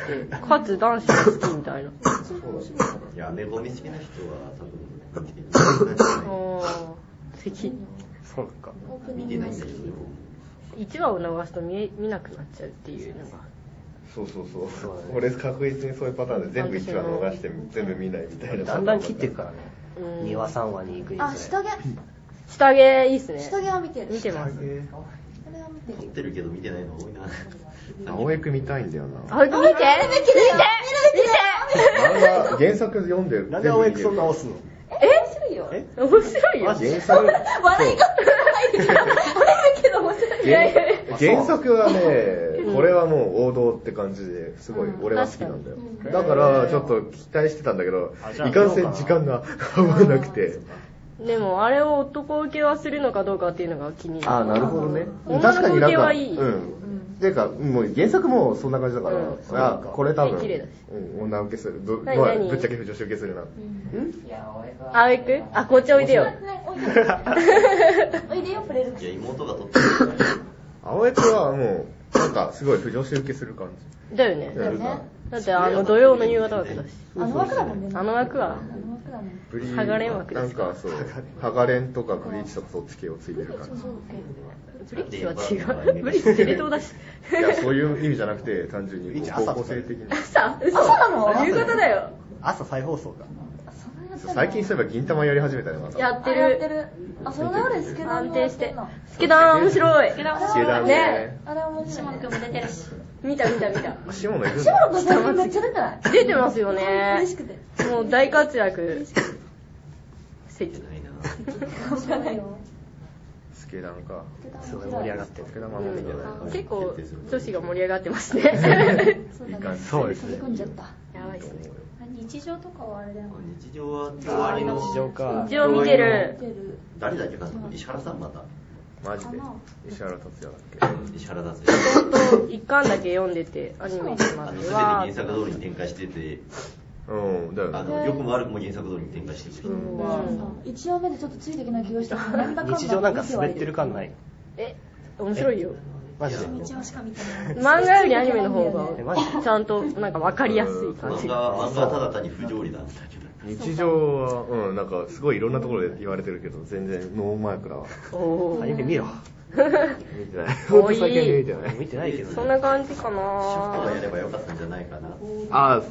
Speaker 2: かつ男子も好きみたいな
Speaker 5: そう面白いかも
Speaker 3: いや、猫見好きな人は多分見てな
Speaker 2: ああ素敵
Speaker 1: そうなんか
Speaker 5: オープ
Speaker 3: い。見
Speaker 5: ニン
Speaker 3: て
Speaker 5: グ
Speaker 3: ない
Speaker 5: の
Speaker 3: んだけど、
Speaker 2: 1話を流すと見え見なくなっちゃうっていうのが
Speaker 4: そうそうそう
Speaker 1: そうだね
Speaker 4: 俺確実にそういうパターンで全部1話逃して全部見ないみたいな
Speaker 1: だんだん切っていくからね
Speaker 2: うん
Speaker 1: 2話3話に行くにつれ
Speaker 5: あ、下着、
Speaker 2: 下着いいっすね
Speaker 5: 下着は見てる。
Speaker 2: 見てます
Speaker 5: これは見て
Speaker 3: 撮っ
Speaker 5: る。
Speaker 3: てるけど見てないの多いな。
Speaker 4: 青江く見たいんだよな
Speaker 2: あ見て見て
Speaker 5: 見るべきだよ見るべきだ
Speaker 4: 漫画原作読んでる
Speaker 1: なんで青江くそんな押すの
Speaker 5: え面白いよ。
Speaker 1: え
Speaker 2: 面白いよ
Speaker 1: マジ
Speaker 4: 原作
Speaker 5: 笑い方がないけど、笑いだけど面白い。
Speaker 4: 原
Speaker 1: や
Speaker 4: 原作はね、これはもう王道って感じですごい
Speaker 2: うん
Speaker 4: 俺は好きなんだよ
Speaker 5: 確。
Speaker 4: だからちょっと期待してたんだけど
Speaker 1: あじゃ、あ
Speaker 4: いかんせん時間が合わなくて。
Speaker 2: でもあれを男受けはするのかどうかっていうのが気にな
Speaker 4: あ
Speaker 2: る
Speaker 4: なるほどね。
Speaker 2: 女の
Speaker 4: 確かになん
Speaker 2: 光景
Speaker 4: か、
Speaker 2: は
Speaker 4: う
Speaker 2: いい
Speaker 4: ん。ていうか、もう原作もそんな感じだか
Speaker 2: うん
Speaker 4: ら、あ、これ多分
Speaker 2: 綺麗だし、
Speaker 4: うん女受けする。どま
Speaker 2: 何
Speaker 4: あ
Speaker 2: 何
Speaker 4: ぶっちゃけ女子受けするな。
Speaker 2: あ行くあこっちおいでよ
Speaker 5: おいでよ。おいでよ、プレゼント
Speaker 3: いや、妹が撮ってるから。
Speaker 4: 青江君はもう、なんかすごい不女子受けする感じ。
Speaker 2: だよね
Speaker 5: だよね。
Speaker 2: だってあの土曜の夕方枠だし
Speaker 5: あの枠だもんね。
Speaker 2: あの枠は
Speaker 5: あの枠だもん。
Speaker 4: ブリー
Speaker 2: ハガレン枠で
Speaker 4: なん
Speaker 2: すか
Speaker 4: かそう、ハガレンとかブリーチとかそっち系をついてる感じ。
Speaker 2: ブリッジは違うブリッジテレ東だし
Speaker 4: いや、そういう意味じゃなくて、単純に
Speaker 1: 一
Speaker 4: 高
Speaker 1: 朝
Speaker 4: 校生的に。
Speaker 2: 朝嘘
Speaker 5: 朝なの
Speaker 2: 夕方だよ
Speaker 1: 朝再放送か
Speaker 4: 最近そういえば銀玉やり始めたね、また。
Speaker 2: やってる
Speaker 5: あやってる。あ、その流れ好きな
Speaker 2: 安定して
Speaker 5: あ
Speaker 2: 好きだ面白い
Speaker 4: 知らんね。
Speaker 5: れ面白い。
Speaker 6: 僕も出てるし。
Speaker 2: 見た見た見た
Speaker 4: 下野行くん
Speaker 5: シモ
Speaker 4: だ。
Speaker 5: ロ君最近めっちゃ出てない
Speaker 2: 出てますよね
Speaker 5: 嬉しくて。
Speaker 2: もう大活躍せ
Speaker 3: 見てないな。
Speaker 5: 頑張れよ。
Speaker 4: スケダンか。
Speaker 1: すごい盛り上がってる
Speaker 4: スケダンはもう見てない。
Speaker 2: 結構女子が盛り上がってますね
Speaker 5: そう
Speaker 4: いい
Speaker 5: だ
Speaker 4: 感
Speaker 5: ね。
Speaker 4: じ。
Speaker 1: そうです
Speaker 5: 飛び
Speaker 1: ね
Speaker 5: 込んじゃった。
Speaker 2: やばいっすね
Speaker 6: 日常とかはあれだよね。
Speaker 3: 日常は、
Speaker 1: あの地上か
Speaker 2: 一応見てる
Speaker 5: 出てる。
Speaker 3: 誰だっけか、石原さんまた。
Speaker 4: マジで。石原達也だっ
Speaker 3: 石原だぜ。
Speaker 2: と一巻だけ読んでてアニメに
Speaker 3: あ
Speaker 2: ま
Speaker 3: の、すべ
Speaker 2: で
Speaker 3: て
Speaker 2: は
Speaker 3: 原作通りに展開してて、
Speaker 4: けうん、だよ
Speaker 3: あ
Speaker 4: ね。
Speaker 3: の、良くも悪くも原作通りに展開してて。
Speaker 5: 一話目でちょっとついていけない気がしたから。なんだかんだ
Speaker 1: 日常なんか滑ってる感ない
Speaker 2: え面白いよ
Speaker 1: マジで
Speaker 5: 一話しか見てない。
Speaker 2: 漫画よりアニメの方
Speaker 1: えマジ
Speaker 2: がちゃんとなんか分かりやすい感
Speaker 3: 漫
Speaker 2: じ
Speaker 3: 画は、漫画はただ単に不条理なんだけど。
Speaker 4: 日常は、うん、なんかすごいいろんなところで言われてるけど、全然ノーマークだわ。
Speaker 2: おお
Speaker 1: ア
Speaker 2: ー
Speaker 1: ニメ見ろ
Speaker 4: 見てない。ほ
Speaker 2: 多い
Speaker 4: んと最近見てない。
Speaker 1: 見てないけど
Speaker 2: そん
Speaker 1: ね
Speaker 2: な感じか
Speaker 3: シャフトがや
Speaker 2: な
Speaker 3: ればよかったんじゃないかな。
Speaker 4: ああ、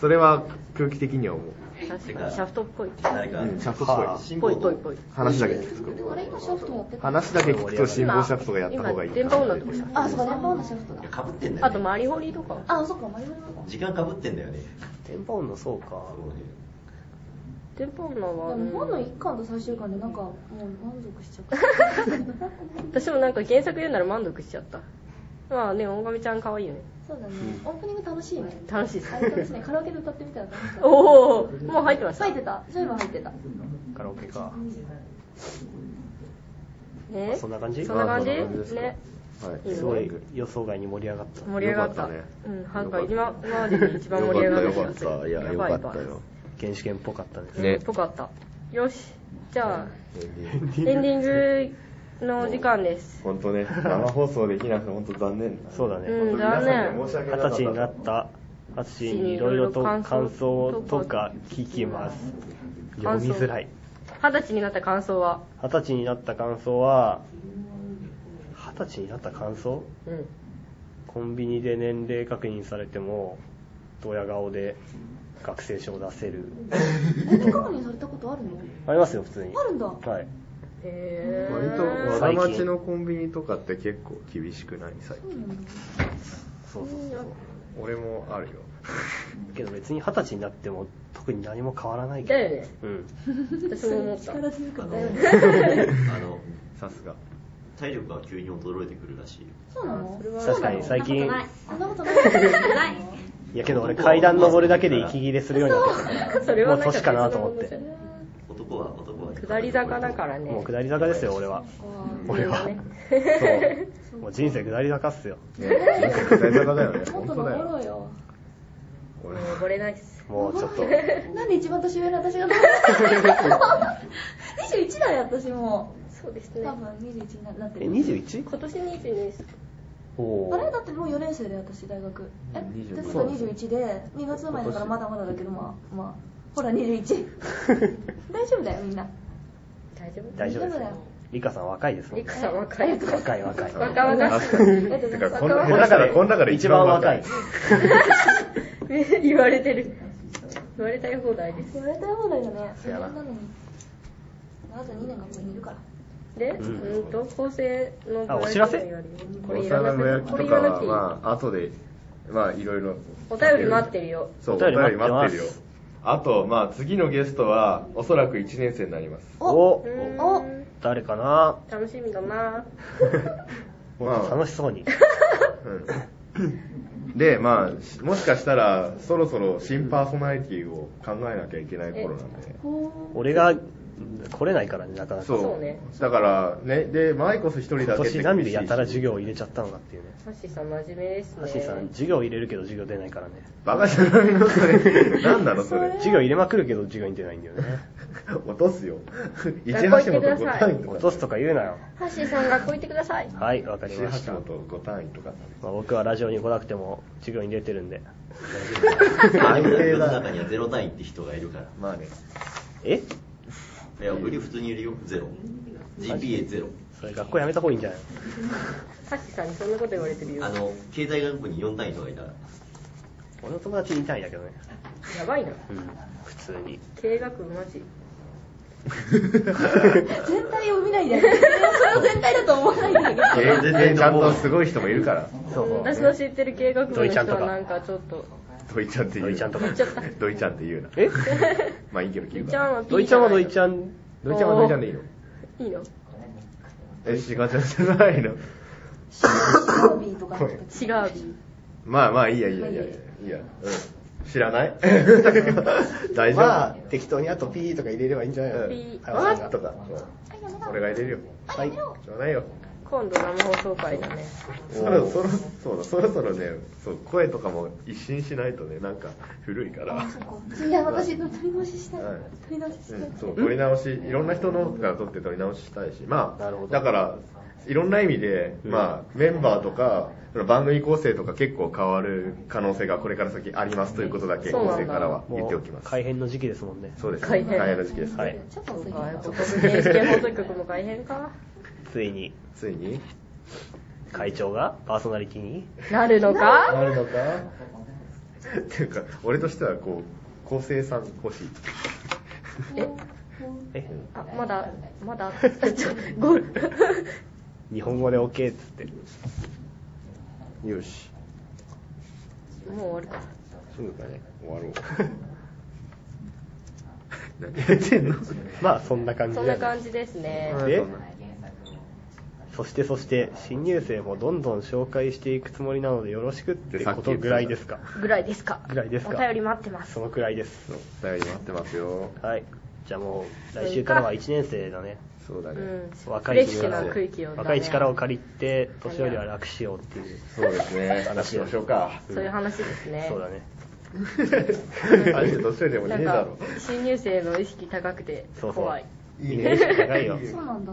Speaker 4: それは空気的には思う。
Speaker 2: 確かにシャフトっぽい
Speaker 3: 誰か、
Speaker 4: うん、シャフトっぽい。
Speaker 3: 進
Speaker 2: ぽ
Speaker 3: 行
Speaker 2: いぽい
Speaker 3: と
Speaker 2: ぽい
Speaker 4: 話だけ聞くと。
Speaker 5: 俺今シャフトやってた。
Speaker 4: 話だけ聞くと辛抱シャフトがやった
Speaker 2: 今
Speaker 4: 方がいい。
Speaker 2: 電波女とかした
Speaker 5: あ、そうか、電波のシャフトだ。
Speaker 3: かぶってんだ
Speaker 2: あ
Speaker 3: よ、
Speaker 2: と
Speaker 3: ね。
Speaker 2: マリホリとか
Speaker 5: あ、そっか、マリオネッ
Speaker 3: 時間かぶってんだよね。
Speaker 1: 電波音のそうか
Speaker 3: そうね
Speaker 2: 電波女は
Speaker 5: ト。
Speaker 2: うん
Speaker 5: でも、本の一巻と最終巻でなんか、もう満足しちゃ う。
Speaker 2: 私もなんか原作言うなら満足しちゃったまあね大神ちゃん可愛いよね
Speaker 5: そうだね。オープニング楽しいね。
Speaker 2: 楽しいっす
Speaker 5: あれ楽しいね。カラオケで歌ってみたら楽しかっ。
Speaker 2: おおもう入ってましたた
Speaker 5: 入ってた。そういえば入ってた。
Speaker 1: カラオケか
Speaker 2: ね
Speaker 1: そんな感じ
Speaker 2: そんな感じ
Speaker 4: あそんな感じですか
Speaker 2: ね
Speaker 4: はい、
Speaker 1: すごい予想外に盛り上がった
Speaker 2: 盛り上がった
Speaker 4: よかった
Speaker 2: う
Speaker 4: ね
Speaker 2: んなんか今今までで一番盛り上がった気がする
Speaker 4: よかった、よかった。いや、よ
Speaker 2: ば
Speaker 4: か
Speaker 2: い
Speaker 4: った よ。
Speaker 1: 原始圏っぽかったです
Speaker 2: やばい
Speaker 4: ね
Speaker 2: っぽかったよしじゃあエンディングの時間です
Speaker 4: 本当ね、生放送できなくて本当残念
Speaker 1: そうだね
Speaker 2: うん
Speaker 4: 本当
Speaker 2: 残
Speaker 4: 皆さん
Speaker 2: 念
Speaker 4: に申し訳
Speaker 1: 二
Speaker 4: なかった
Speaker 1: 十歳になった二十歳にいろいろと感想とか聞きます読みづらい
Speaker 2: 二十歳になった感想は
Speaker 1: 二十歳になった感想は二十歳になった感想
Speaker 2: うん
Speaker 1: コンビニで年齢確認されてもドヤ顔で学生証出せる
Speaker 5: 年齢確認されたことあるの
Speaker 1: ありますよ普通に
Speaker 5: あるんだ
Speaker 1: はい
Speaker 2: へー
Speaker 4: 割とわが町のコンビニとかって結構厳しくない最
Speaker 5: そう
Speaker 4: 近
Speaker 5: なんだ
Speaker 1: そうそうそう
Speaker 4: 俺もあるよ
Speaker 1: けど別に二十歳になっても特に何も変わらないけど
Speaker 2: だよね
Speaker 1: うん
Speaker 2: 私も思った
Speaker 5: 力強くない
Speaker 3: あの、
Speaker 4: さすが
Speaker 3: 体力が急に衰えてくるらしいよ。
Speaker 5: そうなの
Speaker 1: 確かに最近
Speaker 5: そんなことないそんなことない
Speaker 1: いやけど俺階段登るだけで息切れするようになってきたか ら
Speaker 2: それは
Speaker 1: も
Speaker 2: な
Speaker 1: う
Speaker 2: か
Speaker 1: ん年かなと思っ
Speaker 2: 別
Speaker 1: て
Speaker 2: のもの
Speaker 3: 男は男は。
Speaker 2: じゃない下り坂だからね
Speaker 1: もう下り坂ですよ俺は俺は
Speaker 2: ね
Speaker 1: そうもう人生下り坂っすよ
Speaker 4: ね人生下り坂だよね
Speaker 5: もっ
Speaker 4: 本
Speaker 5: と
Speaker 4: 当だ
Speaker 5: 登
Speaker 4: よ
Speaker 5: ろうよ
Speaker 4: 俺
Speaker 2: もう登れないっす
Speaker 1: もうちょっと
Speaker 5: なんで一番年上の私が登るの21だよ私も
Speaker 2: そうですね
Speaker 5: 多分21になって
Speaker 1: え
Speaker 5: る
Speaker 1: 21?
Speaker 2: 今年22です
Speaker 1: おお
Speaker 5: あれだってもう4年生で私大学え
Speaker 4: 25
Speaker 5: ってことは21で2月生まれだからまだまだだけどまあまあほら21 大丈夫だよみんな
Speaker 2: 大丈夫
Speaker 1: 大丈夫ですよリカさん若いですもん
Speaker 2: リ
Speaker 1: ね
Speaker 2: クさん若い
Speaker 1: 若い若い
Speaker 2: 若々しい
Speaker 5: だって
Speaker 4: てか
Speaker 5: さ
Speaker 4: こんな
Speaker 1: この中で
Speaker 4: この中で一番若い
Speaker 1: 一
Speaker 2: 言われてる言われたい放題です
Speaker 5: 言われたい放題だね
Speaker 1: そうやな
Speaker 5: のにあと2年学校にいるから
Speaker 2: で、う
Speaker 1: うん
Speaker 2: ん、と構成の
Speaker 1: あお知らせ
Speaker 2: これ
Speaker 4: お
Speaker 2: いらな
Speaker 4: 皿の
Speaker 2: く
Speaker 4: 焼き
Speaker 2: てこれ
Speaker 4: と
Speaker 2: い
Speaker 4: から
Speaker 2: なく
Speaker 4: はい
Speaker 2: てい、
Speaker 4: まあ後でまあいろいろ
Speaker 2: お便り待ってるよ
Speaker 4: そう
Speaker 1: お
Speaker 4: お
Speaker 1: 便
Speaker 4: 便
Speaker 1: り
Speaker 4: り
Speaker 1: 待ってます
Speaker 4: 待ってるよあとまあ次のゲストはおそらく1年生になります
Speaker 1: お
Speaker 2: うーん
Speaker 5: お
Speaker 1: 誰かな
Speaker 2: 楽しみだな
Speaker 1: もっと楽しそうに
Speaker 4: うんでまあしもしかしたらそろそろ新パーソナリティを考えなきゃいけない頃なんで
Speaker 1: 俺が来れないからねなかなか
Speaker 4: そう
Speaker 2: そうね
Speaker 4: だからねでマイコス一人だ
Speaker 1: 今
Speaker 4: けって
Speaker 1: 年なんでやたら授
Speaker 4: 業
Speaker 1: 業を入れちゃったのかっていうね
Speaker 2: ハッシーさん真面目ですね
Speaker 1: ハッシーさん授業入れるけど授業出ないからね
Speaker 4: バカじゃないのそれ何なのそれ
Speaker 1: 授業入れまくるけど授業に出ないんだよね
Speaker 4: 落とすよ一
Speaker 2: 学校行
Speaker 4: 橋本
Speaker 2: ってくだ
Speaker 4: 5
Speaker 2: さい
Speaker 4: 単位とか
Speaker 1: 落とすとか言うなよ
Speaker 2: ハッシーさん学校行ってください
Speaker 1: はいわかり
Speaker 4: 一
Speaker 1: まし
Speaker 4: 橋
Speaker 1: た、ま
Speaker 4: 本5単位とか
Speaker 1: あ、僕はラジオに来なくても授業に出てるんで
Speaker 4: 最低
Speaker 3: 世の
Speaker 4: だ
Speaker 3: 中にはゼロ単位って人がいるから。
Speaker 4: まあね
Speaker 1: え
Speaker 3: いや、僕に普通にいるよ、ゼロ。GPA ゼロ。
Speaker 1: それ学校やめた方がいいんじゃない
Speaker 2: ハッシーさんにそんなこと言われてるよ
Speaker 3: あの、経済学部に4単位とかいたから。
Speaker 1: の俺の友達にいたいんだけどね
Speaker 2: やばいな
Speaker 1: うん普通に
Speaker 2: 経営学部マジ
Speaker 5: 全体を見ないであげてそれを全体だと思わないであげて
Speaker 4: え
Speaker 3: 全然
Speaker 4: ちゃんとすごい人もいるから
Speaker 1: そう
Speaker 2: うん私
Speaker 1: そ
Speaker 2: の
Speaker 1: う
Speaker 2: 知ってる経営学部
Speaker 1: 土
Speaker 2: の
Speaker 1: 井ちゃん
Speaker 2: 人
Speaker 1: とか
Speaker 2: はなんかちょっと
Speaker 4: ドイちゃんって言う
Speaker 1: 土井ちゃんとか
Speaker 4: 言っちゃったドイちゃんって言うな
Speaker 1: え
Speaker 4: まあいいけど聞
Speaker 2: イ
Speaker 4: く
Speaker 2: ちゃんは P
Speaker 1: 土井ちゃんは土井ち
Speaker 2: ゃ
Speaker 1: ゃん
Speaker 4: ドイちゃんはドイちゃんでいいの
Speaker 2: んいいの
Speaker 4: え違う違うじゃないの
Speaker 5: 火曜日とかの時
Speaker 2: 違う
Speaker 4: まあまあいいやいいやいいやいいや、うん、知らない 大丈夫、
Speaker 1: まあ適当にあとピーとか入れればいいんじゃないの、
Speaker 4: うん
Speaker 2: ピー
Speaker 1: はいわ
Speaker 4: あ
Speaker 1: かった
Speaker 4: とか俺が入れるよ
Speaker 1: はい
Speaker 4: 知らないよ
Speaker 2: 今度生放送会だね
Speaker 4: そろそろそうだそろそろねそう声とかも一新しないとねなんか古いから
Speaker 5: いや私の取り直ししたい
Speaker 4: はい
Speaker 5: 取り直しし
Speaker 4: う
Speaker 5: たい
Speaker 4: ん、そう取り直しいろんな人のから取って取り直したいしま
Speaker 1: なるほ
Speaker 4: あ
Speaker 1: ど
Speaker 4: だからいろんな意味で、まあ、メンバーとかその番組構成とか結構変わる可能性がこれから先ありますということだけ
Speaker 2: そうな
Speaker 4: 構
Speaker 2: んだ
Speaker 4: 成からは言っておきます
Speaker 1: 改編の時期ですもんね
Speaker 4: そうです
Speaker 2: 改編
Speaker 4: 変の時期です、
Speaker 1: はい
Speaker 5: ちょっと
Speaker 2: そう
Speaker 5: 遅い
Speaker 2: か
Speaker 5: な
Speaker 2: 国選手権放送局も大変か
Speaker 1: ついに
Speaker 4: ついに
Speaker 1: 会長がパーソナリティに
Speaker 2: なるのか
Speaker 4: るのかっていうか俺としてはこう構成さん欲しい
Speaker 2: え
Speaker 1: え
Speaker 2: あまだまだちょゴール
Speaker 1: 日本語で OK っつって
Speaker 4: よし
Speaker 2: もう終わるか
Speaker 4: そうだね終わろう何言ってんの
Speaker 1: まあそんな感じ
Speaker 2: そん
Speaker 1: で
Speaker 2: な感じですね
Speaker 1: でそしてそして新入生もどんどん紹介していくつもりなのでよろしくってことぐらいですか
Speaker 2: ぐらいですか
Speaker 1: ぐらいですか
Speaker 2: お便り待ってます
Speaker 1: そのくらいです
Speaker 4: お便り待ってますよ
Speaker 1: はいじゃあもう来週からは1年生だね
Speaker 4: そうだ
Speaker 2: う
Speaker 4: ね、
Speaker 2: ん
Speaker 1: 若
Speaker 2: フレ
Speaker 1: い
Speaker 2: ッシ
Speaker 1: 力
Speaker 2: ュな空気を、
Speaker 1: を若い力を借りて年寄りは楽しようっていう
Speaker 4: そうですね話しましょうか
Speaker 2: そういう話ですね
Speaker 1: そうだね
Speaker 4: あれ年寄りでもね
Speaker 2: な
Speaker 4: え
Speaker 2: ん
Speaker 4: だ
Speaker 2: か
Speaker 4: ろ
Speaker 2: 新入生の意識高くて
Speaker 1: そうそう
Speaker 2: 怖い
Speaker 4: いい
Speaker 1: 意識高いよ
Speaker 5: そうなんだ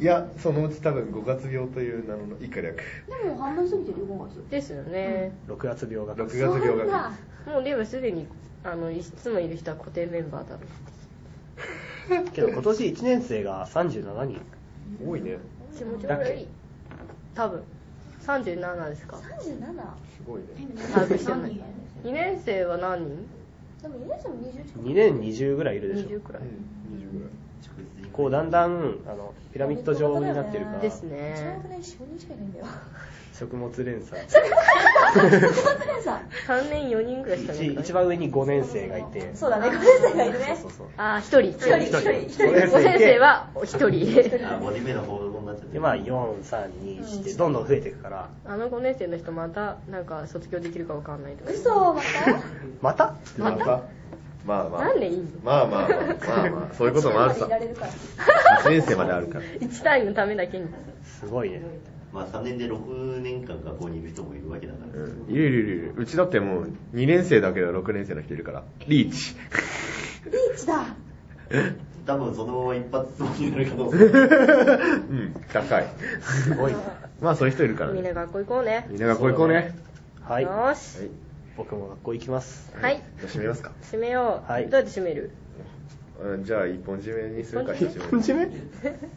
Speaker 4: いやそのうち多分五月病という名の以下略
Speaker 5: でも半分過ぎてるよ5月
Speaker 2: ですよね、
Speaker 1: 6月病が
Speaker 4: 6月
Speaker 5: そう
Speaker 4: 病
Speaker 5: なんだ
Speaker 4: が
Speaker 2: もうでもすでにあのいつもいる人は固定メンバーだろう
Speaker 1: けど今年1年生が37人
Speaker 4: 多いね
Speaker 2: 気持ち悪い多分37ですか
Speaker 5: 三十七。
Speaker 4: すごいね
Speaker 2: 把握してない2年生は何人
Speaker 5: でも2年生も二十近く。
Speaker 1: 2年20ぐらいいるでし
Speaker 2: 20
Speaker 1: ょ
Speaker 2: くらい
Speaker 4: 20ぐらい
Speaker 1: こうだんだんあのピラミッド状になってるから
Speaker 2: です
Speaker 5: うちの
Speaker 2: ね
Speaker 5: 学年四人しかいないんだよ。
Speaker 1: 食物連鎖
Speaker 5: 学年さ。
Speaker 2: 3年4人くらいしかいない
Speaker 1: 一
Speaker 2: から
Speaker 1: 一番上に5年生がいて
Speaker 5: そうだね。学年生がいるね。
Speaker 1: そうそう
Speaker 2: ああ1人1
Speaker 5: 一人一人
Speaker 1: 五年
Speaker 2: 5
Speaker 1: 生
Speaker 2: 先
Speaker 1: いて
Speaker 2: 生は1人
Speaker 3: あ、5人目の報道になっちゃって
Speaker 1: でまあ432してどんどん増えていくから
Speaker 2: あの5年生の人またなんか卒業できるかわかんないとか
Speaker 5: 嘘また。
Speaker 1: また
Speaker 4: またまあまあ
Speaker 2: なんでいいの
Speaker 4: まあまあまあまあまあそういうこともある
Speaker 5: いつ
Speaker 4: さ
Speaker 5: までいられるから。
Speaker 4: 1年生まであるから
Speaker 2: 1単位のためだけに
Speaker 1: すごいね
Speaker 3: まあ3年で6年間学校にいる人もいるわけだから。
Speaker 4: いるいるいるいるうちだってもう2年生だけで6年生の人いるからリーチ
Speaker 5: リーチだ。
Speaker 3: 多分そのまま一発質問になる可能性
Speaker 4: うん高い
Speaker 1: すごいね
Speaker 4: まあそういう人いるから
Speaker 2: みん
Speaker 4: ね
Speaker 2: な学校行こうね
Speaker 4: みんな学校行こうね
Speaker 1: はい
Speaker 2: よーし
Speaker 1: 僕も学校行きます
Speaker 2: はい
Speaker 4: じゃあ締めますか
Speaker 2: 締めよう、
Speaker 1: はい
Speaker 2: どうやって締める
Speaker 4: うんじゃあ一本締めにするか
Speaker 2: 一
Speaker 4: 本締め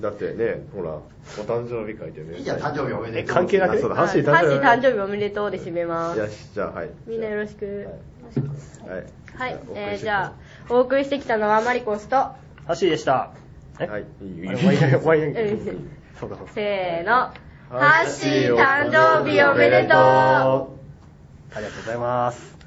Speaker 4: だってねほらお誕生日書いてね
Speaker 3: いいじゃん、誕生日おめ
Speaker 1: え
Speaker 3: でとう。
Speaker 1: 関係なく
Speaker 4: あそうだハッシー
Speaker 2: はい
Speaker 4: 誕生日
Speaker 2: ハッシー誕生日おめでとうで締めま
Speaker 4: よ
Speaker 2: す
Speaker 4: しじゃあはい
Speaker 2: みんなよろしく
Speaker 4: はいはい
Speaker 2: はい、
Speaker 4: お送り
Speaker 2: えー、
Speaker 4: して
Speaker 2: じゃあお送りしてきたのはマリコスと
Speaker 1: ハッシーでしたえ
Speaker 4: はいいい
Speaker 1: あ
Speaker 4: よ
Speaker 1: れ
Speaker 4: いい
Speaker 1: 終
Speaker 4: よ
Speaker 1: わり終わり
Speaker 2: うん
Speaker 1: そうかそうか
Speaker 2: せーの
Speaker 4: ハ
Speaker 2: ハ
Speaker 4: ッ
Speaker 2: ッ
Speaker 4: シ
Speaker 2: シ
Speaker 4: ー
Speaker 2: ー
Speaker 4: お
Speaker 2: 誕生日おめでとう
Speaker 1: ありがとうございます